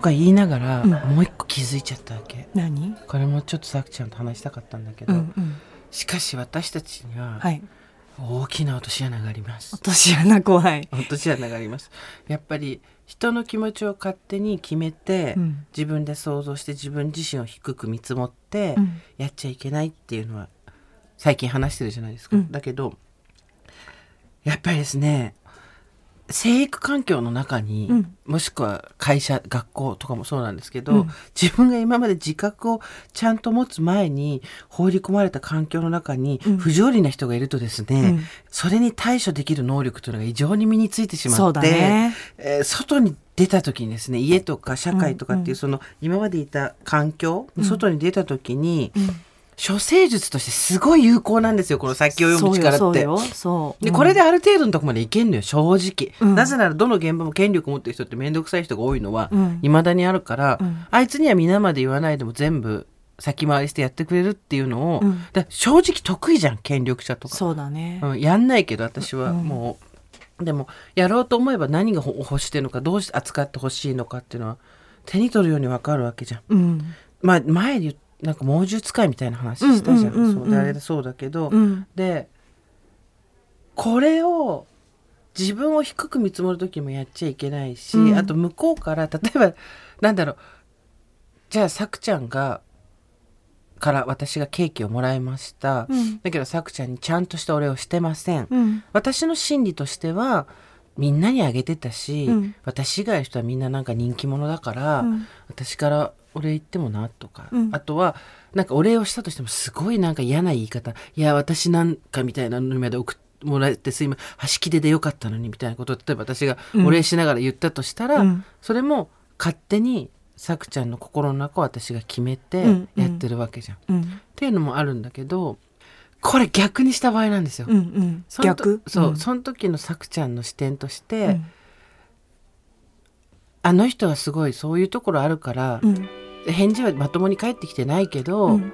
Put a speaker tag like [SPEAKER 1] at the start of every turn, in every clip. [SPEAKER 1] か言いながら、
[SPEAKER 2] うん
[SPEAKER 1] もう一個気づいちゃったわけ
[SPEAKER 2] 何
[SPEAKER 1] これもちょっとさくちゃんと話したかったんだけ
[SPEAKER 2] う
[SPEAKER 1] ど、
[SPEAKER 2] んうん
[SPEAKER 1] しかし私たちには
[SPEAKER 2] はい
[SPEAKER 1] 大きな落とし穴があります
[SPEAKER 2] 落、とし穴怖い、
[SPEAKER 1] 落とし穴がありますやっぱり人の気持ちを勝手に決めて、
[SPEAKER 2] うん
[SPEAKER 1] 自分で想像して自分自身を低く見積もって、
[SPEAKER 2] うん
[SPEAKER 1] やっちゃいけないっていうのは最近話してるじゃないですか、
[SPEAKER 2] うん
[SPEAKER 1] だけどやっぱりですね生育環境の中に、
[SPEAKER 2] うん
[SPEAKER 1] もしくは会社学校とかもそうなんですけど、
[SPEAKER 2] うん
[SPEAKER 1] 自分が今まで自覚をちゃんと持つ前に放り込まれた環境の中に
[SPEAKER 2] うん
[SPEAKER 1] 不条理な人がいるとですね、
[SPEAKER 2] うん
[SPEAKER 1] それに対処できる能力というのが異常に身についてしまって
[SPEAKER 2] そうだね
[SPEAKER 1] えー外に出た時にですね家とか社会とかっていう、
[SPEAKER 2] うんうん
[SPEAKER 1] その今までいた環境の外に出た時に、
[SPEAKER 2] うん
[SPEAKER 1] 処世術としてすごい有効なんですよこの先を読む力って。
[SPEAKER 2] そうよそうよそう
[SPEAKER 1] で
[SPEAKER 2] うん
[SPEAKER 1] これである程度のとこまでいけんのよ正直、
[SPEAKER 2] うん
[SPEAKER 1] なぜならどの現場も権力持ってる人って面倒くさい人が多いのは
[SPEAKER 2] うん
[SPEAKER 1] 未だにあるから、
[SPEAKER 2] うん
[SPEAKER 1] あいつには皆まで言わないでも全部先回りしてやってくれるっていうのを、
[SPEAKER 2] うん
[SPEAKER 1] だから正直得意じゃん権力者とか、
[SPEAKER 2] そうだね、
[SPEAKER 1] うん、やんないけど私は
[SPEAKER 2] うん
[SPEAKER 1] もう、でもやろうと思えば何がほ欲してるのかどうし扱ってほしいのかっていうのは手に取るように分かるわけじゃん。
[SPEAKER 2] うん
[SPEAKER 1] まあ、前になんか猛獣使いみたいな話したじゃん,、
[SPEAKER 2] うんうんうんうん
[SPEAKER 1] そうであれでそうだけど、
[SPEAKER 2] うん
[SPEAKER 1] でこれを自分を低く見積もる時もやっちゃいけないし、
[SPEAKER 2] うん
[SPEAKER 1] あと向こうから例えばなんだろうじゃあさくちゃんがから私がケーキをもらいました、
[SPEAKER 2] うん
[SPEAKER 1] だけどさくちゃんにちゃんとしたお礼をしてません、
[SPEAKER 2] うん
[SPEAKER 1] 私の心理としてはみんなにあげてたし、
[SPEAKER 2] うん
[SPEAKER 1] 私以外の人はみんななんか人気者だから、
[SPEAKER 2] うん
[SPEAKER 1] 私からお礼言ってもなとか、
[SPEAKER 2] うん
[SPEAKER 1] あとはなんかお礼をしたとしてもすごいなんか嫌な言い方いや私なんかみたいなのまで送ってもらえてすいません端切れでよかったのにみたいなことを例えば私がお礼しながら言ったとしたら、
[SPEAKER 2] うん
[SPEAKER 1] それも勝手にさくちゃんの心の中を私が決めて
[SPEAKER 2] うん
[SPEAKER 1] やってるわけじゃん。
[SPEAKER 2] うん
[SPEAKER 1] っていうのもあるんだけどこれ逆にした場合なんですよ。
[SPEAKER 2] うんうん
[SPEAKER 1] そのと
[SPEAKER 2] 逆
[SPEAKER 1] そう、
[SPEAKER 2] ん
[SPEAKER 1] その時のさくちゃんの視点とし
[SPEAKER 2] う
[SPEAKER 1] て、
[SPEAKER 2] ん
[SPEAKER 1] あの人はすごいそういうところあるから、
[SPEAKER 2] うん
[SPEAKER 1] 返事はまともに返ってきてないけど、
[SPEAKER 2] うん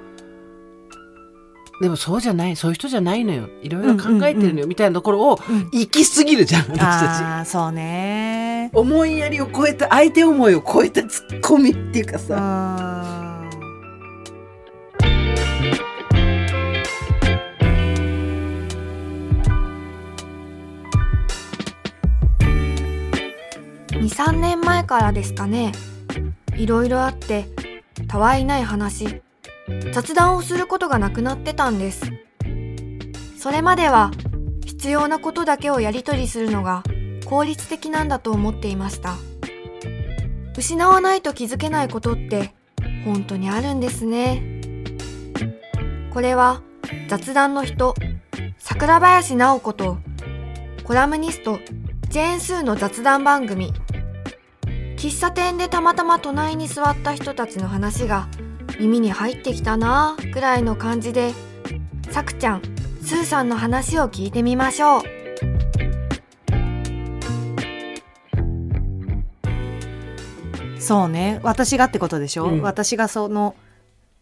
[SPEAKER 1] でもそうじゃないそういう人じゃないのよいろいろ考えてるのよ、みたいなところを
[SPEAKER 2] うん
[SPEAKER 1] 行き過ぎるじゃん私たち。
[SPEAKER 2] ああそうね
[SPEAKER 1] 思いやりを超えた相手思いを超えたツッコミっていうか
[SPEAKER 2] う
[SPEAKER 1] さ、
[SPEAKER 2] ん
[SPEAKER 3] 23年前からですかねいろいろあってたわいない話雑談をすることがなくなってたんですそれまでは必要なことだけをやり取りするのが効率的なんだと思っていました失わないと気づけないことって本当にあるんですねこれは雑談の人桜林直子とコラムニストジェーンスーの雑談番組喫茶店でたまたま隣に座った人たちの話が耳に入ってきたなぁくらいの感じでさくちゃんスーさんの話を聞いてみましょう
[SPEAKER 2] そうね私がってことでしょ、
[SPEAKER 1] うん
[SPEAKER 2] 私がその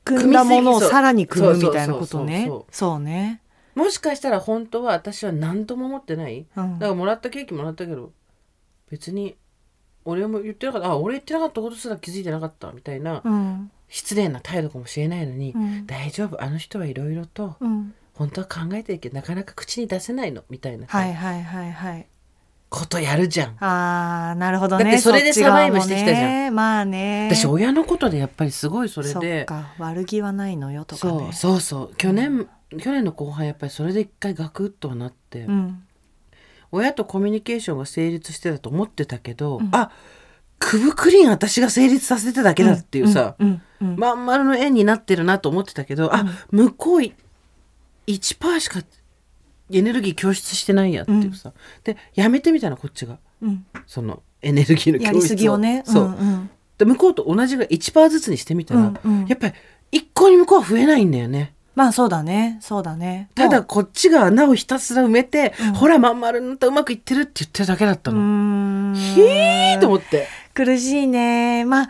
[SPEAKER 2] 組んだものをさらに組む
[SPEAKER 1] 組みす
[SPEAKER 2] みた
[SPEAKER 1] ぎそう
[SPEAKER 2] いなことね
[SPEAKER 1] そうそうそう
[SPEAKER 2] そうね、
[SPEAKER 1] もしかしたら本当は私は何とも思ってない
[SPEAKER 2] うん
[SPEAKER 1] だからもらったケーキもらったけど別に俺も言ってなかったあ俺言ってなかったことすら気づいてなかったみたいな
[SPEAKER 2] うん
[SPEAKER 1] 失礼な態度かもしれないのに、
[SPEAKER 2] うん
[SPEAKER 1] 大丈夫あの人はいろいろと
[SPEAKER 2] うん、
[SPEAKER 1] 本当は考えてるけどなかなか口に出せないのみたいなさ、
[SPEAKER 2] はいはいはいはい
[SPEAKER 1] ことやるじゃん。
[SPEAKER 2] あーなるほどね
[SPEAKER 1] だってそれでサバイブしてきたじ
[SPEAKER 2] そっ
[SPEAKER 1] ゃん
[SPEAKER 2] ち側もねまあね
[SPEAKER 1] 私親のことでやっぱりすごいそれ
[SPEAKER 2] そっ
[SPEAKER 1] で
[SPEAKER 2] か悪気はないのよとかね
[SPEAKER 1] そうそうそう去年、去年の後半やっぱりそれで一回ガクッとはなって、
[SPEAKER 2] うん
[SPEAKER 1] 親とコミュニケーションが成立してたと思ってたけど、
[SPEAKER 2] うん
[SPEAKER 1] あクブクリン私が成立させただけだっていうさ、
[SPEAKER 2] うんうんうん
[SPEAKER 1] まん丸の円になってるなと思ってたけど、あ向こうい1%しかエネルギー供出してないやっていうさ、でやめてみたいなこっちが
[SPEAKER 2] うん
[SPEAKER 1] そのエネルギーの供出
[SPEAKER 2] やりすぎをね
[SPEAKER 1] そう、
[SPEAKER 2] んうん
[SPEAKER 1] で向こうと同じぐらい1%ずつにしてみたら、
[SPEAKER 2] うんうん
[SPEAKER 1] やっぱり一向に向こうは増えないんだよね。
[SPEAKER 2] まあそうだねそうだね
[SPEAKER 1] ただこっちが穴をひたすら埋めて、
[SPEAKER 2] うん
[SPEAKER 1] ほらまん丸になったうまくいってるって言ってるだけだった
[SPEAKER 2] う
[SPEAKER 1] の。
[SPEAKER 2] ーん
[SPEAKER 1] ひーと思って。
[SPEAKER 2] 苦しいねまあ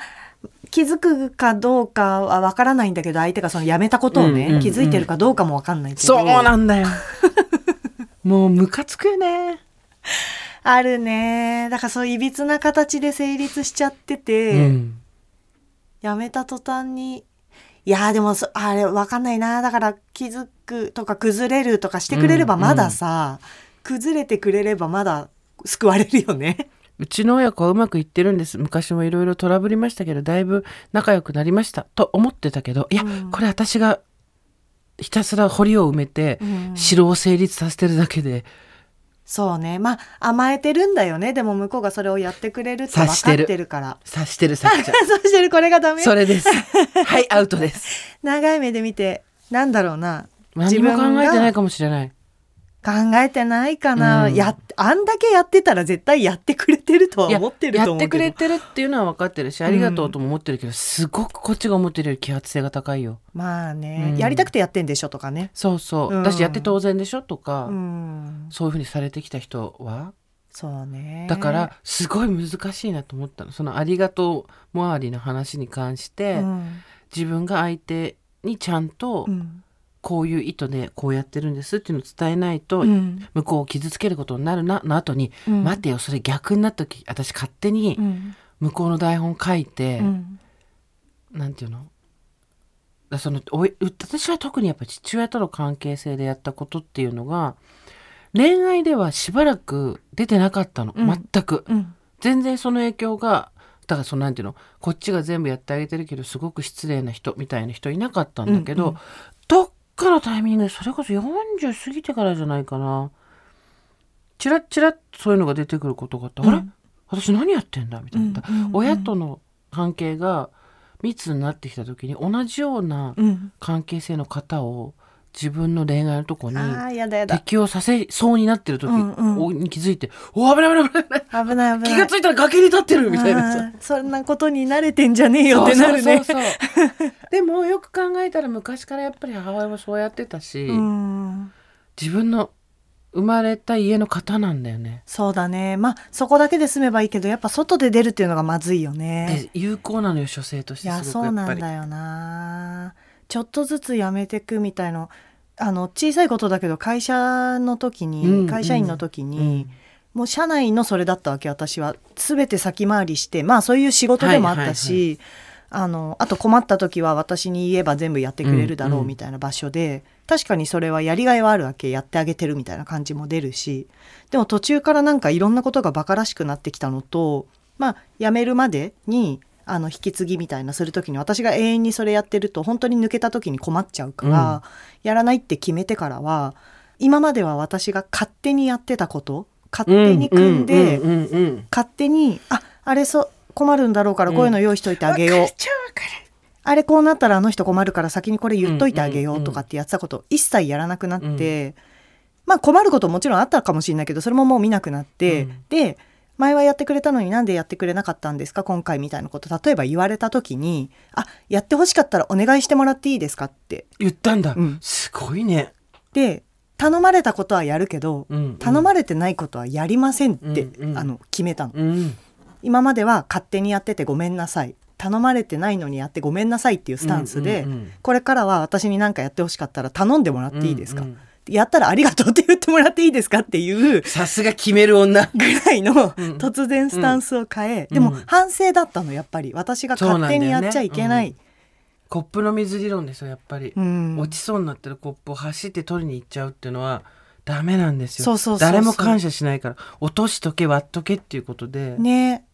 [SPEAKER 2] 気づくかどうかは分からないんだけど相手がそのやめたことをね、
[SPEAKER 1] うんうんうん
[SPEAKER 2] 気づいてるかどうかも分かんないけど
[SPEAKER 1] そうなんだよ。 もうムカつくよね。
[SPEAKER 2] あるねだからそういういびつな形で成立しちゃってて、
[SPEAKER 1] うん
[SPEAKER 2] やめた途端に、いやーでもそ、あれ、わかんないな。だから、気づくとか、崩れるとかしてくれれば
[SPEAKER 1] うん
[SPEAKER 2] まださ、崩れてくれればまだ救われるよね。
[SPEAKER 1] うちの親子はうまくいってるんです昔もいろいろトラブりましたけどだいぶ仲良くなりましたと思ってたけどいや、
[SPEAKER 2] うん
[SPEAKER 1] これ私がひたすら堀を埋めて、城を成立させてるだけで
[SPEAKER 2] そうね。まあ、甘えてるんだよね。でも、向こうがそれをやってくれるって分
[SPEAKER 1] 察し
[SPEAKER 2] か
[SPEAKER 1] て
[SPEAKER 2] っ
[SPEAKER 1] る
[SPEAKER 2] てるから。
[SPEAKER 1] 察してる さきちゃん
[SPEAKER 2] そうしてる、これがダメ。
[SPEAKER 1] それですはいアウ トです
[SPEAKER 2] 長い目で見て、なんだろうな。
[SPEAKER 1] 何も考えてない
[SPEAKER 2] か
[SPEAKER 1] かもしれない
[SPEAKER 2] 考えてないかな、
[SPEAKER 1] うん
[SPEAKER 2] やっあんだけやってたら絶対やってくれてるとはい
[SPEAKER 1] や
[SPEAKER 2] 思ってると思
[SPEAKER 1] や
[SPEAKER 2] うけ
[SPEAKER 1] って
[SPEAKER 2] ど
[SPEAKER 1] くれてるっていうのは分かってるしありがとうとも思ってるけど、すごくこっちが思ってるより揮発性が高いよ
[SPEAKER 2] まあね、
[SPEAKER 1] うん
[SPEAKER 2] やりたくてやってんでしょとかね
[SPEAKER 1] そうそう、
[SPEAKER 2] うん
[SPEAKER 1] だしやって当然でしょとか、
[SPEAKER 2] うん
[SPEAKER 1] そういうふうにされてきた人は
[SPEAKER 2] そうね
[SPEAKER 1] だからすごい難しいなと思ったのそのありがとう周りの話に関して、
[SPEAKER 2] うん
[SPEAKER 1] 自分が相手にちゃんと
[SPEAKER 2] うん
[SPEAKER 1] こういう意図でこうやってるんですっていうのを伝えないと、
[SPEAKER 2] うん
[SPEAKER 1] 向こうを傷つけることになるなの後に、
[SPEAKER 2] うん
[SPEAKER 1] 待てよそれ逆になった時私勝手に
[SPEAKER 2] うん
[SPEAKER 1] 向こうの台本書いて、
[SPEAKER 2] うん
[SPEAKER 1] なんていうのだそのおい私は特にやっぱ父親との関係性でやったことっていうのが恋愛ではしばらく出てなかったの、
[SPEAKER 2] うん
[SPEAKER 1] 全く
[SPEAKER 2] うん
[SPEAKER 1] 全然その影響がだからそのなんていうのこっちが全部やってあげてるけどすごく失礼な人みたいな人いなかったんだけど、
[SPEAKER 2] うんうん
[SPEAKER 1] どっかのタイミングでそれこそ40過ぎてからじゃないかなチラッチラッとそういうのが出てくることがあって、あれ私何やってんだみたいな、
[SPEAKER 2] うんうんうん
[SPEAKER 1] 親との関係が密になってきた時に同じような
[SPEAKER 2] うん
[SPEAKER 1] 関係性の方を自分の恋愛のとこに
[SPEAKER 2] ああやだやだ
[SPEAKER 1] 適応させそうになってる時
[SPEAKER 2] うんうん
[SPEAKER 1] に気づいて「お危ない危ない危ない危ない
[SPEAKER 2] 危ない危ない
[SPEAKER 1] 気がついたら崖に立ってる」みたいなさ
[SPEAKER 2] あ。ーそんなことに慣れてんじゃねえよってなるね
[SPEAKER 1] そうそうそうそうでもよく考えたら昔からやっぱり母親もそうやってたし、
[SPEAKER 2] うん
[SPEAKER 1] 自分の生まれた家の方なんだよね。
[SPEAKER 2] そうだねまあそこだけで済めばいいけどやっぱ外で出るっていうのがまずいよね
[SPEAKER 1] で有効なのよ書生とし
[SPEAKER 2] い
[SPEAKER 1] て
[SPEAKER 2] や
[SPEAKER 1] す
[SPEAKER 2] そ
[SPEAKER 1] ご
[SPEAKER 2] う
[SPEAKER 1] くやっ
[SPEAKER 2] な
[SPEAKER 1] ぱ
[SPEAKER 2] ん
[SPEAKER 1] り。
[SPEAKER 2] だよなちょっとずつやめてくみたいのあの小さいことだけど会社の時に、
[SPEAKER 1] うん
[SPEAKER 2] 会社員の時に、
[SPEAKER 1] うん
[SPEAKER 2] もう社内のそれだったわけ私は全て先回りしてまあそういう仕事でもあったし、
[SPEAKER 1] はい
[SPEAKER 2] あのあと困った時は私に言えば全部やってくれるだろ
[SPEAKER 1] うんう
[SPEAKER 2] うんみたいな場所で、確かにそれはやりがいはあるわけやってあげてるみたいな感じも出るしでも途中からなんかいろんなことがバカらしくなってきたのとまあ辞めるまでにあの引き継ぎみたいなする時に私が永遠にそれやってると本当に抜けた時に困っちゃうから、
[SPEAKER 1] うん
[SPEAKER 2] やらないって決めてからは今までは私が勝手にやってたこと勝手に組んで、
[SPEAKER 1] うんうんうんうん
[SPEAKER 2] 勝手にああれそう困るんだろうからこういうの用意しといてあげよう、
[SPEAKER 1] わかる超わかる
[SPEAKER 2] あれこうなったらあの人困るから先にこれ言っといてあげよ
[SPEAKER 1] ん
[SPEAKER 2] う
[SPEAKER 1] うんう
[SPEAKER 2] うんとかってやってたこと一切やらなくなって、まあ困ることももちろんあったかもしれないけどそれももう見なくなって、
[SPEAKER 1] うん
[SPEAKER 2] で前はやってくれたのになんでやってくれなかったんですか今回みたいなこと例えば言われた時に「あやってほしかったらお願いしてもらっていいですか?」って
[SPEAKER 1] 言ったんだ、
[SPEAKER 2] うん
[SPEAKER 1] すごいね。
[SPEAKER 2] で頼まれたことはやるけど、
[SPEAKER 1] うんうん
[SPEAKER 2] 頼まれてないことはやりませんって、
[SPEAKER 1] うんうん
[SPEAKER 2] あの決めたの。
[SPEAKER 1] うん、
[SPEAKER 2] 今までは勝手にやっててごめんなさい頼まれてないのにやってごめんなさいっていうスタンスで、
[SPEAKER 1] うんうんうん
[SPEAKER 2] これからは私に何かやってほしかったら頼んでもらっていいですか、
[SPEAKER 1] うんうん
[SPEAKER 2] やったらありがとうって言ってもらっていいですかっていう
[SPEAKER 1] さすが決める女。
[SPEAKER 2] ぐらいの
[SPEAKER 1] うん
[SPEAKER 2] 突然スタンスを変え、
[SPEAKER 1] うん
[SPEAKER 2] でも
[SPEAKER 1] うん
[SPEAKER 2] 反省だったのやっぱり私が勝手にやっちゃいけない
[SPEAKER 1] コップの水理論ですよやっぱり、
[SPEAKER 2] うん
[SPEAKER 1] 落ちそうになってるコップを走って取りに行っちゃうっていうのはダメなんですよ
[SPEAKER 2] そうそうそうそう
[SPEAKER 1] 誰も感謝しないから落としとけ割っとけっていうことで、
[SPEAKER 2] ね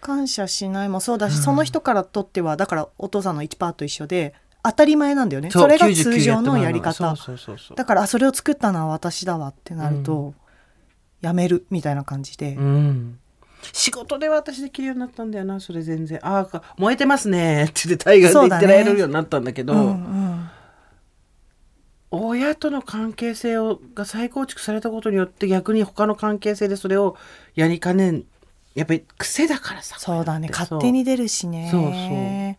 [SPEAKER 2] 感謝しないもそうだし、
[SPEAKER 1] うん
[SPEAKER 2] その人からとってはだからお父さんの1パーと一緒で当たり前なんだよねそうれが
[SPEAKER 1] 99
[SPEAKER 2] 通常の
[SPEAKER 1] ってもらう
[SPEAKER 2] やり方
[SPEAKER 1] そうそうそうそう
[SPEAKER 2] だからあそれを作ったのは私だわってなると、やめるみたいな感じで、
[SPEAKER 1] うん仕事では私できるようになったんだよなそれ全然ああ燃えてますねって言って対岸で言ってられるようになったんだけど
[SPEAKER 2] うんうん
[SPEAKER 1] 親との関係性をが再構築されたことによって逆に他の関係性でそれをやりかねんやっぱり癖だからさ
[SPEAKER 2] そうだね
[SPEAKER 1] こやって
[SPEAKER 2] 勝手に出るしね
[SPEAKER 1] そうそ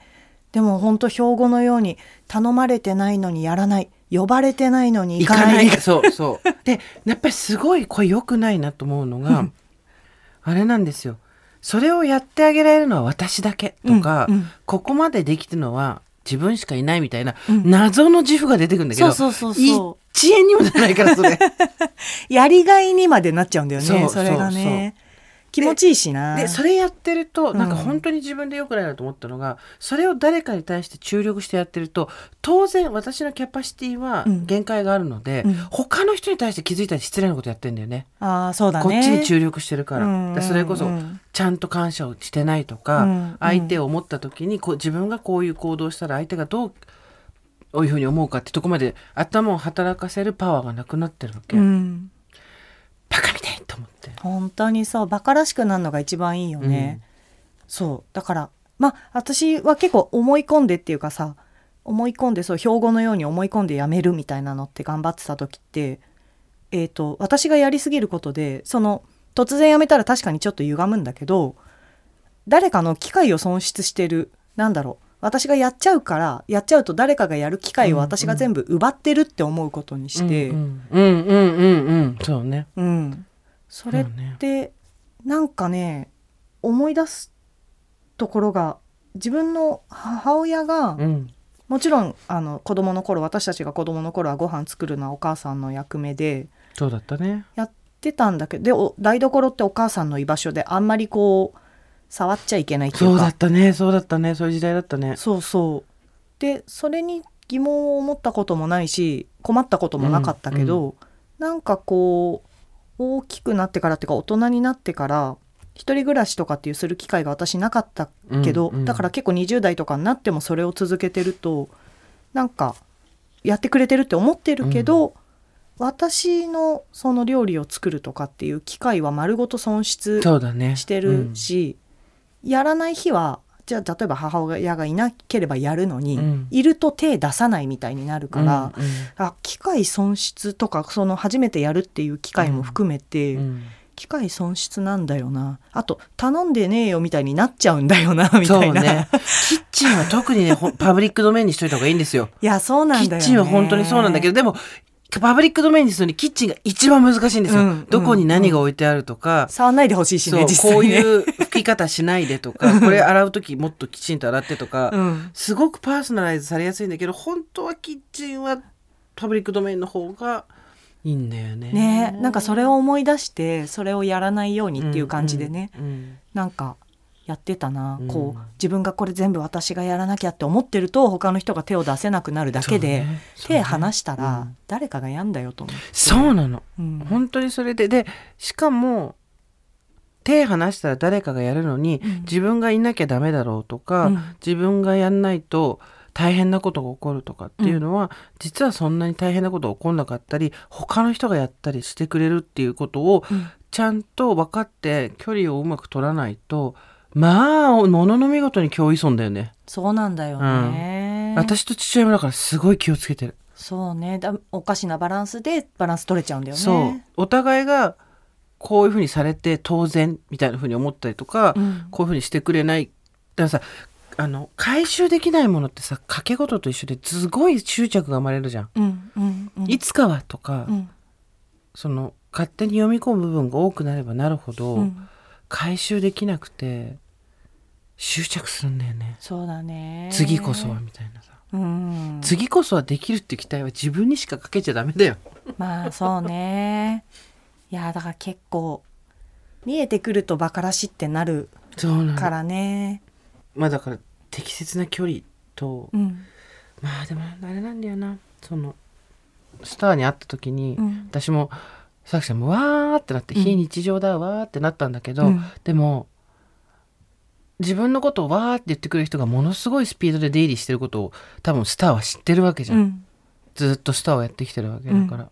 [SPEAKER 1] う
[SPEAKER 2] でも本当標語のように頼まれてないのにやらない呼ばれてないのに行かない
[SPEAKER 1] そうそう でやっぱりすごいこれ良くないなと思うのがあれなんですよそれをやってあげられるのは私だけとか、
[SPEAKER 2] うんうん
[SPEAKER 1] ここまでできてるのは自分しかいないみたいな
[SPEAKER 2] うん
[SPEAKER 1] 謎の自負が出てくるんだけど、
[SPEAKER 2] そうそうそうそ
[SPEAKER 1] 一円にもならないからそれ
[SPEAKER 2] やりがいにまでなっちゃうんだよね
[SPEAKER 1] そう
[SPEAKER 2] それがね気持ちいいしな
[SPEAKER 1] でそれやってると
[SPEAKER 2] うん
[SPEAKER 1] なんか本当に自分で良くないなと思ったのが、それを誰かに対して注力してやってると当然私のキャパシティは
[SPEAKER 2] うん
[SPEAKER 1] 限界があるので、
[SPEAKER 2] うん
[SPEAKER 1] 他の人に対して気づいたり失礼なことやってんだよね
[SPEAKER 2] ああそうだね
[SPEAKER 1] こっちに注力してるから,、
[SPEAKER 2] うんうんうん
[SPEAKER 1] それこそちゃんと感謝をしてないとか、
[SPEAKER 2] うん
[SPEAKER 1] 相手を思った時にこう自分がこういう行動したら相手がどうこういうふうに思うかってとこまで頭を働かせるパワーがなくなってるわけ、
[SPEAKER 2] うん
[SPEAKER 1] バカみたいと思って。
[SPEAKER 2] 本当にそうバカらしくなるのが一番いいよね、そうだからまあ私は結構思い込んでっていうかさ思い込んでそう標語のように思い込んでやめるみたいなのって頑張ってた時ってえっ、と私がやりすぎることでその突然やめたら確かにちょっと歪むんだけど誰かの機会を損失してるなんだろう私がやっちゃうからやっちゃうと誰かがやる機会を私が全部奪ってるって思うことにして、
[SPEAKER 1] うんうんうんうんうんそうね
[SPEAKER 2] うん、それっ
[SPEAKER 1] そうね
[SPEAKER 2] てなんかね思い出すところが自分の母親が
[SPEAKER 1] うん
[SPEAKER 2] もちろんあの子供の頃私たちが子供の頃はご飯作るのはお母さんの役目で
[SPEAKER 1] そうだったね
[SPEAKER 2] やってたんだけどでお台所ってお母さんの居場所であんまりこう触っちゃいけないってい
[SPEAKER 1] そううだ
[SPEAKER 2] か
[SPEAKER 1] ったねそうだったねそういう時代だったね
[SPEAKER 2] そうそうでそれに疑問を持ったこともないし困ったこともなかったけど、なんかこう大きくなってからっていうか大人になってから一人暮らしとかっていうする機会が私なかったけど、
[SPEAKER 1] うんうん
[SPEAKER 2] だから結構20代とかになってもそれを続けてるとなんかやってくれてるって思ってるけど、私のその料理を作るとかっていう機会は丸ごと損失
[SPEAKER 1] そうだね
[SPEAKER 2] してる、し、やらない日はじゃあ例えば母親がいなければやるのに、
[SPEAKER 1] うん
[SPEAKER 2] いると手出さないみたいになる
[SPEAKER 1] うん
[SPEAKER 2] から、
[SPEAKER 1] うん
[SPEAKER 2] あ機械損失とかその初めてやるっていう機会も含めて、
[SPEAKER 1] うん
[SPEAKER 2] 機械損失なんだよなあと頼んでねえよみたいになっちゃうんだよなみ
[SPEAKER 1] そう
[SPEAKER 2] たいな、
[SPEAKER 1] ねキッチンは特にねほんパブリックドメインにしといた方がいいんですよ
[SPEAKER 2] いやそうなんだ
[SPEAKER 1] キ
[SPEAKER 2] よ、ね、
[SPEAKER 1] ッチンは本当にそうなんだけどでもパブリックドメインにするのにキッチンが一番難しいんですよ、
[SPEAKER 2] うんうん
[SPEAKER 1] どこに何が置いてあるとか、
[SPEAKER 2] 触んないでほしいし
[SPEAKER 1] そう
[SPEAKER 2] ね実
[SPEAKER 1] こ
[SPEAKER 2] 際
[SPEAKER 1] う
[SPEAKER 2] ね
[SPEAKER 1] いう拭き方しないで とかこれ洗う時もっときちんと洗ってとか、
[SPEAKER 2] うん
[SPEAKER 1] すごくパーソナライズされやすいんだけど本当はキッチンはパブリックドメインの方がいいんだよね。
[SPEAKER 2] ねなんかそれを思い出してそれをやらないようにっていう感じでね、
[SPEAKER 1] うんうん
[SPEAKER 2] なんかやってたな、
[SPEAKER 1] うん
[SPEAKER 2] こう自分がこれ全部私がやらなきゃって思ってると他の人が手を出せなくなるだけで、
[SPEAKER 1] そうねそうね
[SPEAKER 2] 手離した
[SPEAKER 1] う
[SPEAKER 2] ら
[SPEAKER 1] ん
[SPEAKER 2] 誰かがやんだよと思って、
[SPEAKER 1] そうなの
[SPEAKER 2] うん
[SPEAKER 1] 本当にそれででしかも手離したら誰かがやるのに、
[SPEAKER 2] うん
[SPEAKER 1] 自分がいなきゃダメだろうとか、
[SPEAKER 2] うん
[SPEAKER 1] 自分がやんないと大変なことが起こるとかっていうのは、実はそんなに大変なことが起こんなかったり他の人がやったりしてくれるっていうことを
[SPEAKER 2] うん
[SPEAKER 1] ちゃんと分かって距離をうまく取らないとまあものの見事に共依存だよね、
[SPEAKER 2] そうなんだよね、
[SPEAKER 1] 私と父親もだからすごい気をつけてる、
[SPEAKER 2] そうねだおかしなバランスでバランス取れちゃうんだよね
[SPEAKER 1] そうお互いがこういうふうにされて当然みたいなふうに思ったりとか、
[SPEAKER 2] うん
[SPEAKER 1] こういうふうにしてくれないだからさあの回収できないものってさ掛け事と一緒ですごい執着が生まれるじゃん。
[SPEAKER 2] うんうんうん
[SPEAKER 1] いつかはとか、
[SPEAKER 2] うん
[SPEAKER 1] その勝手に読み込む部分が多くなればなるほど、
[SPEAKER 2] うん
[SPEAKER 1] 回収できなくて執着するんだよね、
[SPEAKER 2] そうだね
[SPEAKER 1] 次こそはみたいなさ、
[SPEAKER 2] うん
[SPEAKER 1] 次こそはできるって期待は自分にしかかけちゃダメだよ
[SPEAKER 2] まあそうねいやだから結構見えてくるとバカらしってなる
[SPEAKER 1] そうな
[SPEAKER 2] か
[SPEAKER 1] の
[SPEAKER 2] らね、
[SPEAKER 1] まあだから適切な距離と、
[SPEAKER 2] うん
[SPEAKER 1] まあでもあれなんだよなそのスターに会った時に、
[SPEAKER 2] うん
[SPEAKER 1] 私もさきちゃんもわーってなって、
[SPEAKER 2] うん
[SPEAKER 1] 非日常だわーってなったんだけど、
[SPEAKER 2] うん
[SPEAKER 1] でも自分のことをわーって言ってくれる人がものすごいスピードで出入りしてることを多分スターは知ってるわけじゃん、
[SPEAKER 2] うん
[SPEAKER 1] ずっとスターをやってきてるわけだから、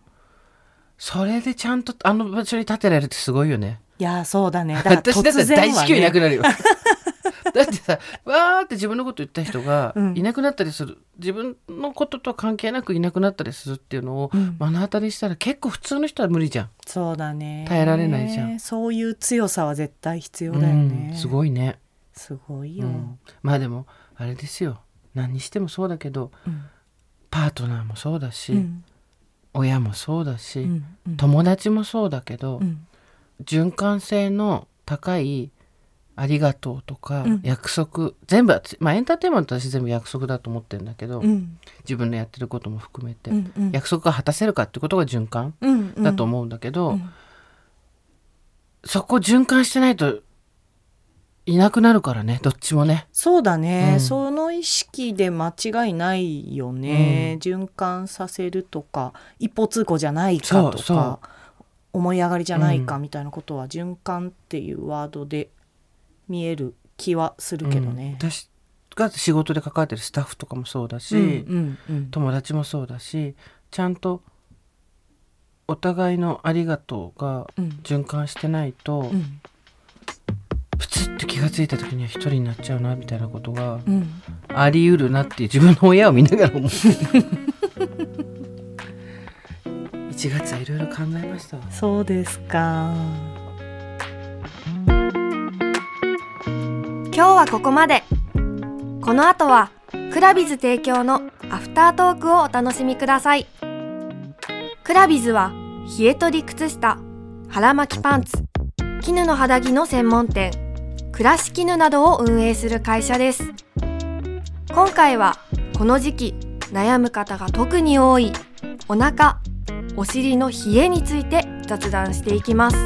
[SPEAKER 1] それでちゃんとあの場所に立てられるってすごいよね
[SPEAKER 2] いやそう だねだから
[SPEAKER 1] 私
[SPEAKER 2] 突
[SPEAKER 1] だったら
[SPEAKER 2] 然
[SPEAKER 1] 大至急いな
[SPEAKER 2] は
[SPEAKER 1] く
[SPEAKER 2] ね
[SPEAKER 1] なるよだってさわーって自分のこと言った人が
[SPEAKER 2] うん
[SPEAKER 1] いなくなったりする、自分のこととは関係なくいなくなったりするっていうのを
[SPEAKER 2] うん
[SPEAKER 1] 目の当たりにしたら結構普通の人は無理じゃん
[SPEAKER 2] そうだね
[SPEAKER 1] 耐えられないじゃん
[SPEAKER 2] そういう強さは絶対必要だよね、
[SPEAKER 1] うんすごいね、
[SPEAKER 2] すごいうよ、
[SPEAKER 1] ん、まあでもあれですよ何にしてもそうだけど
[SPEAKER 2] うん
[SPEAKER 1] パートナーもそうだし、
[SPEAKER 2] うん
[SPEAKER 1] 親もそうだし、
[SPEAKER 2] うんうん
[SPEAKER 1] 友達もそうだけど、
[SPEAKER 2] うん
[SPEAKER 1] 循環性の高いありがとうとか
[SPEAKER 2] うん
[SPEAKER 1] 約束、全部まあエンターテインメントは私全部約束だと思ってるんだけど、
[SPEAKER 2] うん
[SPEAKER 1] 自分のやってることも含めて、
[SPEAKER 2] うんうん
[SPEAKER 1] 約束が果たせるかってことが循環
[SPEAKER 2] うんうん
[SPEAKER 1] だと思うんだけど、
[SPEAKER 2] うん
[SPEAKER 1] そこ循環してないといなくなるからねどっちもね
[SPEAKER 2] そうだね、
[SPEAKER 1] うん
[SPEAKER 2] その意識で間違いないよね、循環させるとか一方通行じゃないかとか
[SPEAKER 1] そうそう
[SPEAKER 2] 思い上がりじゃないかみたいなことは、循環っていうワードで見える気はするけどね。
[SPEAKER 1] うん私が仕事で関わってるスタッフとかもそうだし、
[SPEAKER 2] うんうん
[SPEAKER 1] 友達もそうだしちゃんとお互いのありがとうが
[SPEAKER 2] うん
[SPEAKER 1] 循環してないと、
[SPEAKER 2] うん
[SPEAKER 1] プツッと気がついた時には一人になっちゃうなみたいなことが
[SPEAKER 2] うん
[SPEAKER 1] あり得るなっていう自分の親を見ながら思 ってる1月はいろいろ考えましたわ
[SPEAKER 2] そうですか。
[SPEAKER 3] 今日はここまでこの後はクラビズ提供のアフタートークをお楽しみくださいクラビズは冷え取り靴下腹巻きパンツ絹の肌着の専門店倉敷絹などを運営する会社です今回はこの時期悩む方が特に多いお腹お尻の冷えについて雑談していきます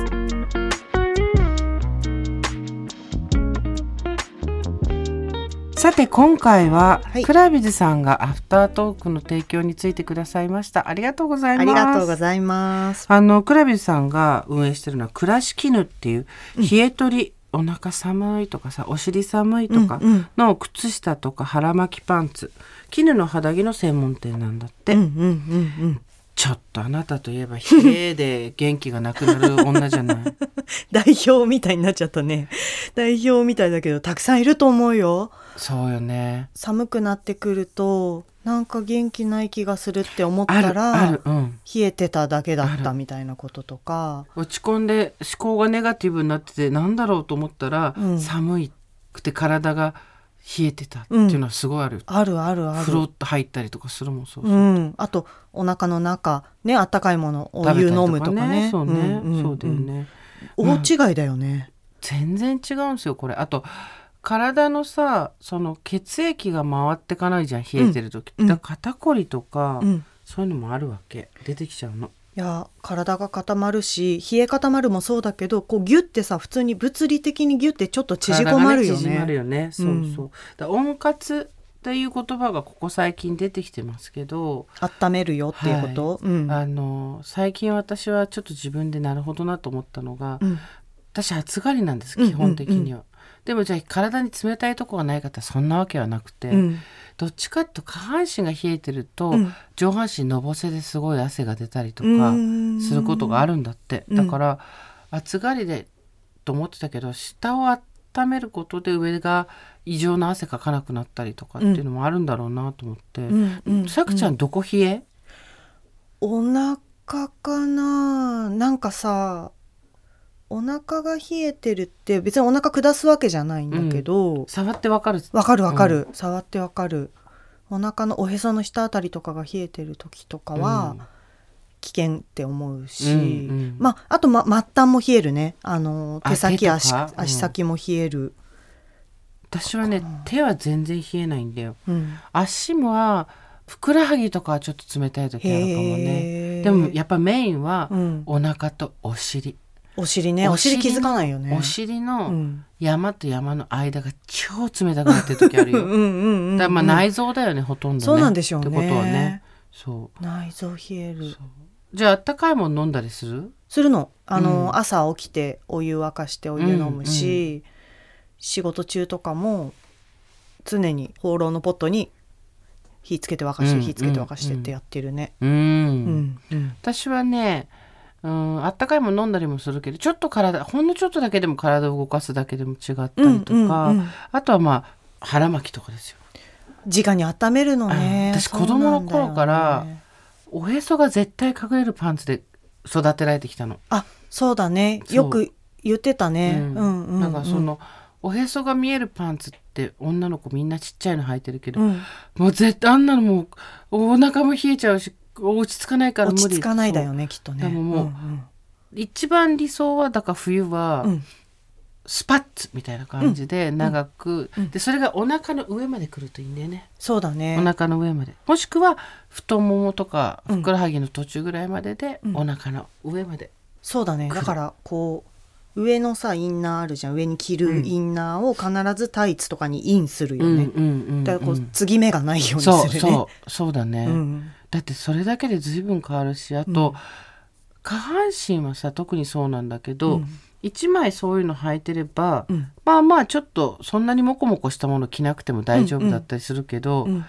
[SPEAKER 1] さて今回は、
[SPEAKER 2] はい
[SPEAKER 1] クラビズさんがアフタートークの提供についてくださいましたありがとうござ
[SPEAKER 2] あ
[SPEAKER 1] います
[SPEAKER 2] りがとうございます。
[SPEAKER 1] あのクラビズさんが運営してるのは「暮らし絹」っていう冷え取り、お腹寒いとかさお尻寒いとか
[SPEAKER 2] うんうん
[SPEAKER 1] の靴下とか腹巻きパンツ絹の肌着の専門店なんだって、
[SPEAKER 2] うんうんうんうん。
[SPEAKER 1] ちょっとあなたといえば冷えで元気がなくなる女じ ゃない
[SPEAKER 2] 代表みたいになっちゃったね。代表みたいだけどたくさんいると思うよ。
[SPEAKER 1] そうよね
[SPEAKER 2] 寒くなってくるとなんか元気ない気がするって思った
[SPEAKER 1] あるある
[SPEAKER 2] ら
[SPEAKER 1] うん
[SPEAKER 2] 冷えてただけだっ
[SPEAKER 1] あ
[SPEAKER 2] た
[SPEAKER 1] る
[SPEAKER 2] みたいなこととか
[SPEAKER 1] 落ち込んで思考がネガティブになっててなんだろうと思ったら、
[SPEAKER 2] うん
[SPEAKER 1] 寒くて体が冷えてたっていうのはすごいある、
[SPEAKER 2] あるあるあ
[SPEAKER 1] フロ
[SPEAKER 2] る
[SPEAKER 1] ッ。と入ったりとかするもんそうそう
[SPEAKER 2] うん、あとお腹の中ね温かいものお
[SPEAKER 1] 食べ
[SPEAKER 2] 湯
[SPEAKER 1] たり
[SPEAKER 2] 飲むとかね
[SPEAKER 1] そうね、
[SPEAKER 2] んんん
[SPEAKER 1] そうだよね
[SPEAKER 2] 大違いだよね、
[SPEAKER 1] 全然違うんですよこれあと体のさその血液が回ってかないじゃん冷えてる時、
[SPEAKER 2] うん
[SPEAKER 1] だから肩こりとか、
[SPEAKER 2] うん、
[SPEAKER 1] そういうのもあるわけ出てきちゃうの
[SPEAKER 2] いや体が固まるし冷え固まるもそうだけどこうギュってさ普通に物理的にギュってちょっと縮こまるよ
[SPEAKER 1] 体が縮まる
[SPEAKER 2] ね。
[SPEAKER 1] よねそうそう、だから温活っていう言葉がここ最近出てきてますけど、
[SPEAKER 2] 温めるよっていうこと、うん
[SPEAKER 1] あの最近私はちょっと自分でなるほどなと思ったのが、
[SPEAKER 2] うん
[SPEAKER 1] 私暑がりなんです
[SPEAKER 2] うん
[SPEAKER 1] 基本的には、でもじゃあ体に冷たいとこがない方そんなわけはなくて、
[SPEAKER 2] うん
[SPEAKER 1] どっちかっていうと下半身が冷えてると、
[SPEAKER 2] うん
[SPEAKER 1] 上半身のぼせですごい汗が出たりと
[SPEAKER 2] う
[SPEAKER 1] か
[SPEAKER 2] ーん
[SPEAKER 1] することがあるんだって、
[SPEAKER 2] うん
[SPEAKER 1] だから暑がりでと思ってたけど下を温めることで上が異常な汗かかなくなったりとかっていうのもあるんだろうなと思って、
[SPEAKER 2] うんうん
[SPEAKER 1] さくちゃんどこ冷え、
[SPEAKER 2] お腹かななんかさお腹が冷えてるって別にお腹下すわけじゃないんだけど
[SPEAKER 1] 触ってわかる
[SPEAKER 2] わ、かるわかる、触ってわかるお腹のおへその下あたりとかが冷えてる時とかは危険って思うし、
[SPEAKER 1] うんうん
[SPEAKER 2] まああと、ま、末端も冷えるねあの
[SPEAKER 1] あ
[SPEAKER 2] 手先
[SPEAKER 1] 手とか
[SPEAKER 2] 足
[SPEAKER 1] うん
[SPEAKER 2] 足先も冷える、
[SPEAKER 1] 私はね手は全然冷えないんだよ
[SPEAKER 2] うん、
[SPEAKER 1] 足もはふくらはぎとかはちょっと冷たい時あるかもね
[SPEAKER 2] へー
[SPEAKER 1] でもやっぱメインは
[SPEAKER 2] うん、
[SPEAKER 1] お腹とお尻、
[SPEAKER 2] お尻ねお尻
[SPEAKER 1] お
[SPEAKER 2] 気
[SPEAKER 1] 尻
[SPEAKER 2] づかないよね
[SPEAKER 1] お尻
[SPEAKER 2] う
[SPEAKER 1] の
[SPEAKER 2] ん
[SPEAKER 1] 山と山の間が超冷たくなってる時ある
[SPEAKER 2] うん
[SPEAKER 1] よだか
[SPEAKER 2] うんうんうん
[SPEAKER 1] らまあ内臓だよね、ほとんどね
[SPEAKER 2] そうなんでしょうね
[SPEAKER 1] ってことはねそう
[SPEAKER 2] 内臓冷える
[SPEAKER 1] じゃああったかいもの飲んだりする
[SPEAKER 2] するのあの、
[SPEAKER 1] うん
[SPEAKER 2] 朝起きてお湯沸かしてお湯飲むし、仕事中とかも常にホーローのポットに火つけて沸かして、
[SPEAKER 1] うん
[SPEAKER 2] 火つけて沸かしてってやってるね。
[SPEAKER 1] うん
[SPEAKER 2] うんうん
[SPEAKER 1] 私はねうん、あったかいもの飲んだりもするけどちょっと体ほんのちょっとだけでも体を動かすだけでも違ったり
[SPEAKER 2] う
[SPEAKER 1] とか、
[SPEAKER 2] んうんうん
[SPEAKER 1] あとはまあ腹巻きとかですよ
[SPEAKER 2] 直に温めるのね。
[SPEAKER 1] あ私子供の頃から
[SPEAKER 2] そうなんだよね
[SPEAKER 1] おへそが絶対隠れるパンツで育てられてきたの、
[SPEAKER 2] あそうだね
[SPEAKER 1] そう
[SPEAKER 2] よく言ってたね。
[SPEAKER 1] うん
[SPEAKER 2] うんうん
[SPEAKER 1] なんかそのおへそが見えるパンツって女の子みんなちっちゃいの履いてるけど、
[SPEAKER 2] うん
[SPEAKER 1] もう絶対あんなのもうお腹も冷えちゃうし落ち着かないから無理
[SPEAKER 2] 落ち着かないだよねきっとね。
[SPEAKER 1] でももうんそう一番理想はだから冬は、
[SPEAKER 2] うんうん
[SPEAKER 1] スパッツみたいな感じで長く、
[SPEAKER 2] うん
[SPEAKER 1] でそれがお腹の上まで来るといいんだよね、
[SPEAKER 2] そうだね。
[SPEAKER 1] お腹の上までもしくは太ももとか
[SPEAKER 2] うん
[SPEAKER 1] ふくらはぎの途中ぐらいまでで、
[SPEAKER 2] うん
[SPEAKER 1] お腹の上まで
[SPEAKER 2] そうだね
[SPEAKER 1] 来る
[SPEAKER 2] だからこう上のさインナーあるじゃん上に着る
[SPEAKER 1] うん
[SPEAKER 2] インナーを必ずタイツとかにインするよ
[SPEAKER 1] うんう
[SPEAKER 2] ね
[SPEAKER 1] ん、うん
[SPEAKER 2] だからこ
[SPEAKER 1] う
[SPEAKER 2] うん継ぎ目がないようにする
[SPEAKER 1] そう
[SPEAKER 2] ね
[SPEAKER 1] そうそうだね、
[SPEAKER 2] うん
[SPEAKER 1] だってそれだけで随分変わるしあと、
[SPEAKER 2] うん
[SPEAKER 1] 下半身はさ特にそうなんだけど、
[SPEAKER 2] うん
[SPEAKER 1] 一枚そういうの履いてれば、
[SPEAKER 2] うん
[SPEAKER 1] まあまあちょっとそんなにモコモコしたもの着なくても大丈夫だったりするけど、
[SPEAKER 2] うん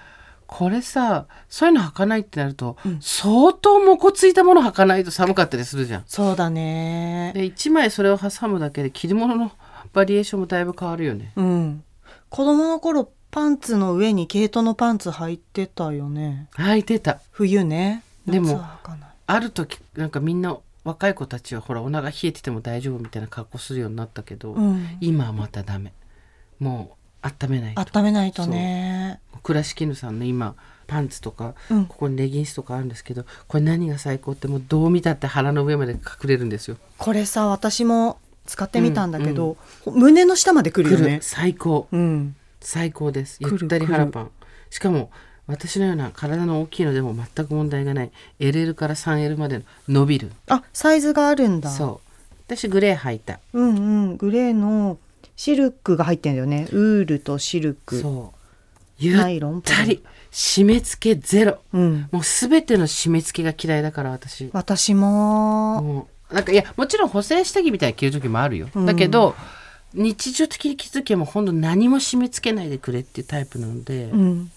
[SPEAKER 1] これさそういうの履かないってなると、
[SPEAKER 2] うん
[SPEAKER 1] 相当モコついたもの履かないと寒かったりするじゃん。
[SPEAKER 2] そうだね
[SPEAKER 1] で一枚それを挟むだけで着るもののバリエーションもだいぶ変わるよね。
[SPEAKER 2] うん子供の頃パンツの上に毛糸のパンツ履いてたよね
[SPEAKER 1] 履いてた
[SPEAKER 2] 冬ね
[SPEAKER 1] でも
[SPEAKER 2] 夏は履かない
[SPEAKER 1] ある時なんかみんな若い子たちはほらお腹冷えてても大丈夫みたいな格好するようになったけど、
[SPEAKER 2] うん
[SPEAKER 1] 今はまたダメもう温めないと
[SPEAKER 2] 温めないとね
[SPEAKER 1] 倉敷絹さんの今パンツとか、
[SPEAKER 2] うん
[SPEAKER 1] ここにレギンスとかあるんですけどこれ何が最高ってもうどう見たって腹の上まで隠れるんですよ。
[SPEAKER 2] これさ私も使ってみたんだけど、胸の下まで来るよ
[SPEAKER 1] 来
[SPEAKER 2] ね
[SPEAKER 1] る最高
[SPEAKER 2] うん
[SPEAKER 1] 最高です
[SPEAKER 2] 来
[SPEAKER 1] ゆ
[SPEAKER 2] る
[SPEAKER 1] ったり腹パンしかも私のような体の大きいのでも全く問題がない LL から 3L までの伸びる
[SPEAKER 2] あサイズがあるんだ
[SPEAKER 1] そう私グレー履いた
[SPEAKER 2] うんうんグレーのシルクが入ってんだよねウールとシルク
[SPEAKER 1] そうゆっ
[SPEAKER 2] ナイロン
[SPEAKER 1] たり締め付けゼロ
[SPEAKER 2] うん
[SPEAKER 1] もう全ての締め付けが嫌いだから私
[SPEAKER 2] 私も
[SPEAKER 1] もうなんかいやもちろん補正下着みたいに着る時もあるよ、
[SPEAKER 2] うん
[SPEAKER 1] だけど日常的に気づけも本当何も締め付けないでくれっていうタイプなので、
[SPEAKER 2] うん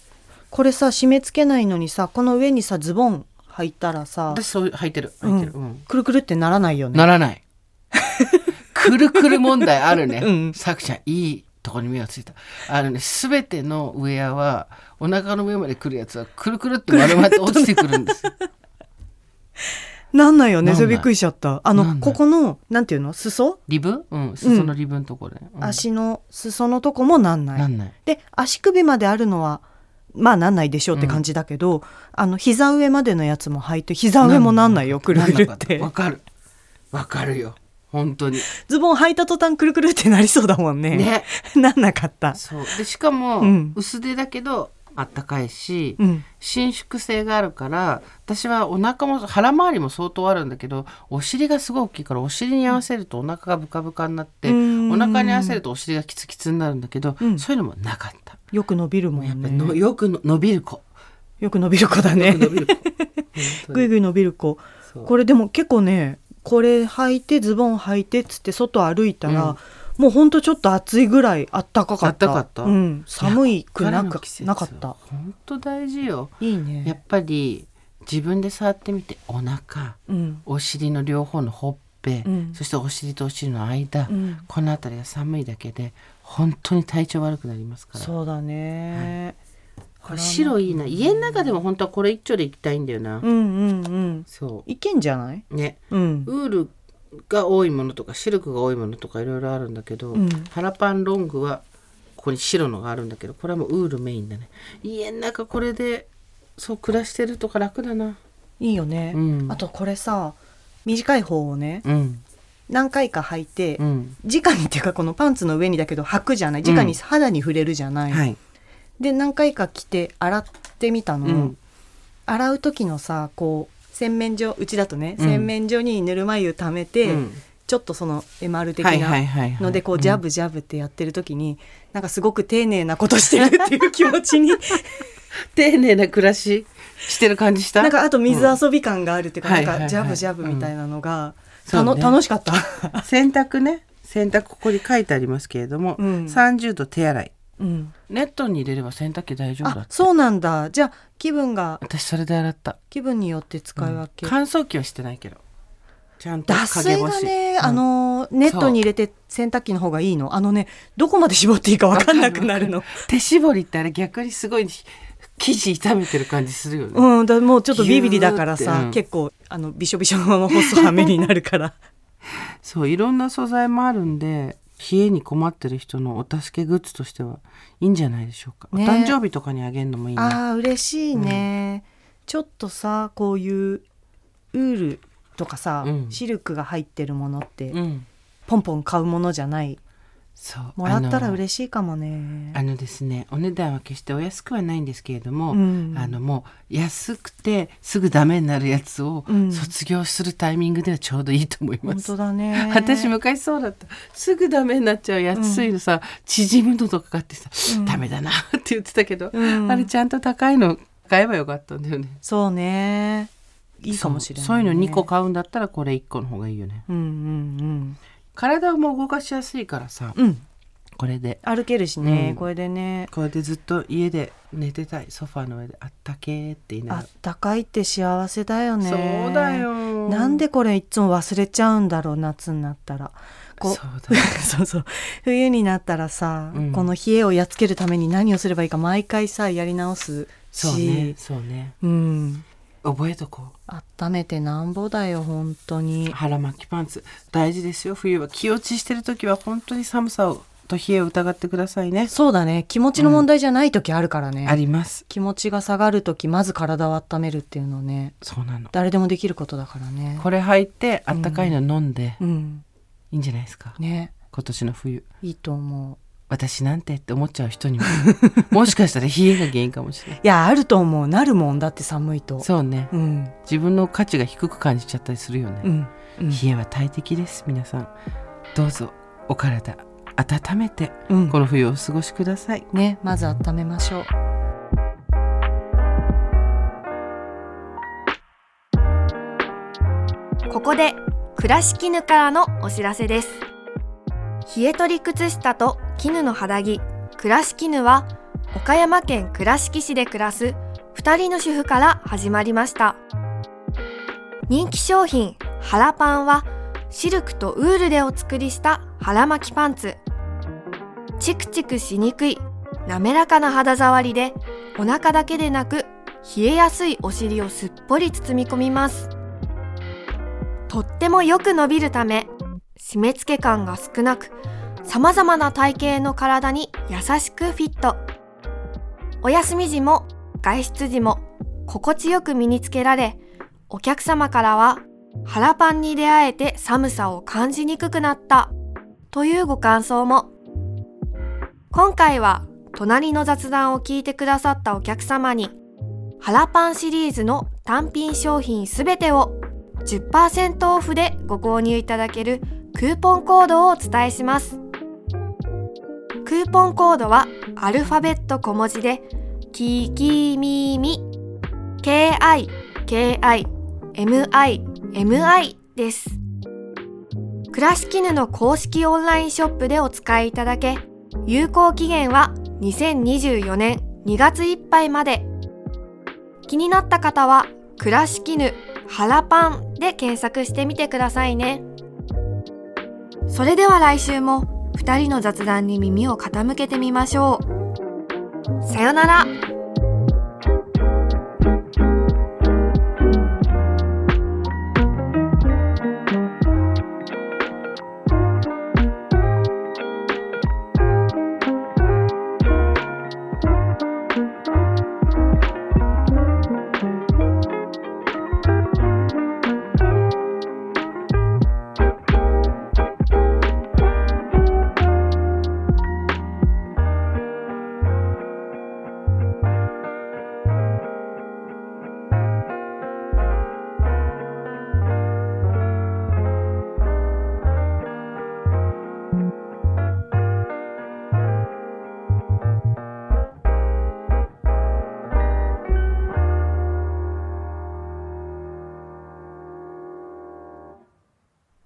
[SPEAKER 2] これさ締め付けないのにさこの上にさズボン履いたらさ
[SPEAKER 1] 私そういう履いてる履いてる、うん、
[SPEAKER 2] くるくるってならないよね
[SPEAKER 1] なら ない。くるくる問題あるね。
[SPEAKER 2] うん
[SPEAKER 1] さくちゃん、いいとこに目がついた。あのね、すべてのウェアは、お腹の上まで来るやつは、くるくるって丸まって落ちてくる んですよ。
[SPEAKER 2] なんないよね
[SPEAKER 1] なんない
[SPEAKER 2] それびっくりしちゃったあ
[SPEAKER 1] なん
[SPEAKER 2] の
[SPEAKER 1] ない
[SPEAKER 2] ここのなんていうの裾
[SPEAKER 1] リブうん、裾のリブのところね。うん
[SPEAKER 2] 足の裾のとこもなんない
[SPEAKER 1] なんない。
[SPEAKER 2] で足首まであるのはまあなんないでしょうって感じだけど、あの膝上までのやつも履いて膝上もなんないよくるくるっ
[SPEAKER 1] なん
[SPEAKER 2] て
[SPEAKER 1] なかったわかる。わかるよ。本当に。
[SPEAKER 2] ズボン履いた途端くるくるってなりそうだもんね
[SPEAKER 1] ね。
[SPEAKER 2] なんなかった、
[SPEAKER 1] そう。で、しかも、
[SPEAKER 2] うん
[SPEAKER 1] 薄手だけど、あったかいし、
[SPEAKER 2] うん、
[SPEAKER 1] 伸縮性があるから私はお腹も腹周りも相当あるんだけどお尻がすごい大きいからお尻に合わせるとお腹がブカブカになって
[SPEAKER 2] うん
[SPEAKER 1] お腹に合わせるとお尻がキツキツになるんだけど、
[SPEAKER 2] うん
[SPEAKER 1] そういうのもなかった。
[SPEAKER 2] よく伸びるも
[SPEAKER 1] やっ
[SPEAKER 2] ん
[SPEAKER 1] ぱの
[SPEAKER 2] ね
[SPEAKER 1] よくの伸びる子。
[SPEAKER 2] よく伸びる子だ
[SPEAKER 1] よ
[SPEAKER 2] ね
[SPEAKER 1] く伸びる子 本当
[SPEAKER 2] ぐい
[SPEAKER 1] に
[SPEAKER 2] ぐい伸びる子
[SPEAKER 1] そう
[SPEAKER 2] これでも結構ねこれ履いてズボン履いてっつって外歩いたら、
[SPEAKER 1] うん
[SPEAKER 2] もうほんとちょっと暑いぐらいあったかかった
[SPEAKER 1] あったかった
[SPEAKER 2] うん、寒いくな
[SPEAKER 1] これからの
[SPEAKER 2] く
[SPEAKER 1] 季節
[SPEAKER 2] なかった
[SPEAKER 1] 本当大事よ。
[SPEAKER 2] いい
[SPEAKER 1] やっ
[SPEAKER 2] ね、
[SPEAKER 1] ぱり自分で触ってみてお腹
[SPEAKER 2] うん
[SPEAKER 1] お尻の両方のほっぺ、
[SPEAKER 2] うん
[SPEAKER 1] そしてお尻とお尻の間、
[SPEAKER 2] うん、
[SPEAKER 1] この辺りが寒いだけで本当に体調悪くなりますから。
[SPEAKER 2] そうだね、
[SPEAKER 1] これ白いいな家の中でも本当はこれ一丁で行きたいんだよな、
[SPEAKER 2] うんうんうん
[SPEAKER 1] そ
[SPEAKER 2] いけんじゃないう
[SPEAKER 1] ね
[SPEAKER 2] うん
[SPEAKER 1] ウールが多いものとかシルクが多いものとかいろいろあるんだけど、
[SPEAKER 2] うん
[SPEAKER 1] 腹パンロングはここに白のがあるんだけどこれはもうウールメインだね家の中これでそう暮らしてるとか楽だない
[SPEAKER 2] いよね、
[SPEAKER 1] うん
[SPEAKER 2] あとこれさ短い方をね
[SPEAKER 1] うん
[SPEAKER 2] 何回か履いて、
[SPEAKER 1] うん
[SPEAKER 2] 直にっていうかこのパンツの上にだけど履くじゃない直に
[SPEAKER 1] うん
[SPEAKER 2] 肌に触れるじゃない、
[SPEAKER 1] はい
[SPEAKER 2] で何回か着て洗ってみたの、
[SPEAKER 1] うん
[SPEAKER 2] 洗う時のさこう洗面所うちだとね、
[SPEAKER 1] うん
[SPEAKER 2] 洗面所にぬるま湯溜めて、
[SPEAKER 1] うん
[SPEAKER 2] ちょっとその MR 的
[SPEAKER 1] はいはい
[SPEAKER 2] な
[SPEAKER 1] はいはい
[SPEAKER 2] のでこうジャブジャブってやってる時に、なんかすごく丁寧なことしてるっていう気持ち に
[SPEAKER 1] うん丁寧な暮らししてる感じした
[SPEAKER 2] なんかあと水遊び感があるっていうか、
[SPEAKER 1] うん
[SPEAKER 2] なん
[SPEAKER 1] はいはい
[SPEAKER 2] か
[SPEAKER 1] はい
[SPEAKER 2] ジャブジャブみたいなのが、
[SPEAKER 1] うん
[SPEAKER 2] たの
[SPEAKER 1] そうね
[SPEAKER 2] 楽しか った。
[SPEAKER 1] 洗濯ね洗濯ここに書いてありますけれども、
[SPEAKER 2] うん
[SPEAKER 1] 30度手洗い
[SPEAKER 2] うん、
[SPEAKER 1] ネットに入れれば洗濯機大丈夫だっ
[SPEAKER 2] あ
[SPEAKER 1] て
[SPEAKER 2] そうなんだじゃあ気分が
[SPEAKER 1] 私それで洗った
[SPEAKER 2] 気分によって使い分け、
[SPEAKER 1] 乾燥機はしてないけどちゃんと
[SPEAKER 2] 脱水
[SPEAKER 1] 陰干
[SPEAKER 2] が
[SPEAKER 1] し
[SPEAKER 2] ね、
[SPEAKER 1] うん
[SPEAKER 2] あのネットに入れて洗濯機の方がいいのあのねどこまで絞っていいか分かんなくなるの
[SPEAKER 1] わかわか手絞りってあれ逆にすごい生地炒めてる感じするよね、
[SPEAKER 2] うんだもうちょっとビビリだから
[SPEAKER 1] ギューって
[SPEAKER 2] さ、
[SPEAKER 1] うん
[SPEAKER 2] 結構あのびしょびしょの細はめになるから
[SPEAKER 1] そういろんな素材もあるんで冷えに困ってる人のお助けグッズとしてはいいんじゃないでしょうか、
[SPEAKER 2] ね
[SPEAKER 1] お誕生日とかに あげるのもいいな
[SPEAKER 2] あー嬉しいね、ちょっとさこういうウールとかさ、
[SPEAKER 1] うん
[SPEAKER 2] シルクが入ってるものって、
[SPEAKER 1] うん
[SPEAKER 2] ポンポン買うものじゃない
[SPEAKER 1] そう
[SPEAKER 2] もらったら
[SPEAKER 1] あの
[SPEAKER 2] 嬉しいかもね
[SPEAKER 1] あのですねお値段は決してお安くはないんですけれども、
[SPEAKER 2] うん
[SPEAKER 1] あのもう安くてすぐダメになるやつを
[SPEAKER 2] うん
[SPEAKER 1] 卒業するタイミングではちょうどいいと思いま
[SPEAKER 2] 本
[SPEAKER 1] す。
[SPEAKER 2] 当だね
[SPEAKER 1] 私昔そうだったすぐダメになっちゃう安いのさ、縮むのとか買ってさ、
[SPEAKER 2] うん
[SPEAKER 1] ダメだなって言ってたけど、
[SPEAKER 2] うん
[SPEAKER 1] あれちゃんと高いの買えばよかったんだよね
[SPEAKER 2] そうねいいかもしれない、ね、
[SPEAKER 1] そうそういうの2個買うんだったらこれ1個の方がいいよね
[SPEAKER 2] うんうん
[SPEAKER 1] 体も動かしやすいからさ
[SPEAKER 2] うんうん
[SPEAKER 1] これで
[SPEAKER 2] 歩けるしね、
[SPEAKER 1] うん
[SPEAKER 2] これでね
[SPEAKER 1] これでずっと家で寝てたいソファーの上であったけーって言いな
[SPEAKER 2] あ
[SPEAKER 1] が
[SPEAKER 2] ったかいって幸せだよ
[SPEAKER 1] ら、
[SPEAKER 2] ね
[SPEAKER 1] そうだよ
[SPEAKER 2] なんでこれいつも忘れちゃうんだろう夏になったらこ
[SPEAKER 1] そううだよ
[SPEAKER 2] そうそう冬になったらさ、
[SPEAKER 1] うん
[SPEAKER 2] この冷えをやっつけるために何をすればいいか毎回さやり直すし
[SPEAKER 1] そうねそうね
[SPEAKER 2] うん
[SPEAKER 1] 覚えとこ
[SPEAKER 2] 温めてなんぼだよ本当
[SPEAKER 1] う
[SPEAKER 2] に
[SPEAKER 1] 腹巻きパンツ大事ですよ冬は気落ちしてる時は本当に寒さをと冷えを疑ってくださいね
[SPEAKER 2] そうだね気持ちの問題じゃない時あるからね、
[SPEAKER 1] あります
[SPEAKER 2] 気持ちが下がる時まず体を温めるっていうのね
[SPEAKER 1] そうなの
[SPEAKER 2] 誰でもできることだからね
[SPEAKER 1] これ履いてあったかいの飲んで、
[SPEAKER 2] うん
[SPEAKER 1] いいんじゃないですか
[SPEAKER 2] ね
[SPEAKER 1] 今年の冬
[SPEAKER 2] いいと思う
[SPEAKER 1] 私なんてって思っちゃう人にも もしかしたら冷えが原因かもしれない
[SPEAKER 2] いやあると思うなるもんだって寒いと
[SPEAKER 1] そうね
[SPEAKER 2] うん
[SPEAKER 1] 自分の価値が低く感じちゃったりするよね、
[SPEAKER 2] うん、うん
[SPEAKER 1] 冷えは大敵です皆さんどうぞお体温めて
[SPEAKER 2] うん
[SPEAKER 1] この冬をお過ごしください
[SPEAKER 2] ねまず温めましょう
[SPEAKER 3] ここで倉敷絹からのお知らせです冷え取り靴下と絹の肌着倉敷絹は岡山県倉敷市で暮らす2人の主婦から始まりました人気商品ハラパンはシルクとウールでお作りした腹巻きパンツチクチクしにくい滑らかな肌触りでお腹だけでなく冷えやすいお尻をすっぽり包み込みますとってもよく伸びるため締め付け感が少なくさまざまな体型の体に優しくフィットお休み時も外出時も心地よく身につけられお客様からは腹パンに出会えて寒さを感じにくくなったというご感想も今回は隣の雑談を聞いてくださったお客様に腹パンシリーズの単品商品すべてを10%オフでご購入いただけるクーポンコードをお伝えしますクーポンコードはアルファベット小文字でキキミミ KIKIMIMI です倉敷布の公式オンラインショップでお使いいただけ有効期限は2024年2月いっぱいまで気になった方は「倉敷ぬ腹パン」で検索してみてくださいねそれでは来週も2人の雑談に耳を傾けてみましょうさよなら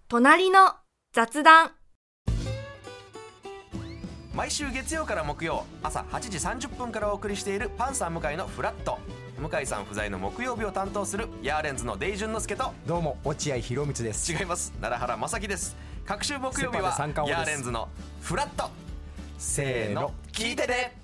[SPEAKER 3] 隣の雑談
[SPEAKER 4] 毎週月曜から木曜朝8時30分からお送りしているパンサー向井のフラット向井さん不在の木曜日を担当するヤーレンズのデイジュンの之介と
[SPEAKER 5] どうも落合博満です
[SPEAKER 4] 違います奈良原正樹です各週木曜日は
[SPEAKER 5] セパで三冠王
[SPEAKER 4] ヤ
[SPEAKER 5] で
[SPEAKER 4] ー
[SPEAKER 5] す
[SPEAKER 4] レンズのフラット
[SPEAKER 5] せ
[SPEAKER 4] せーの聞いてね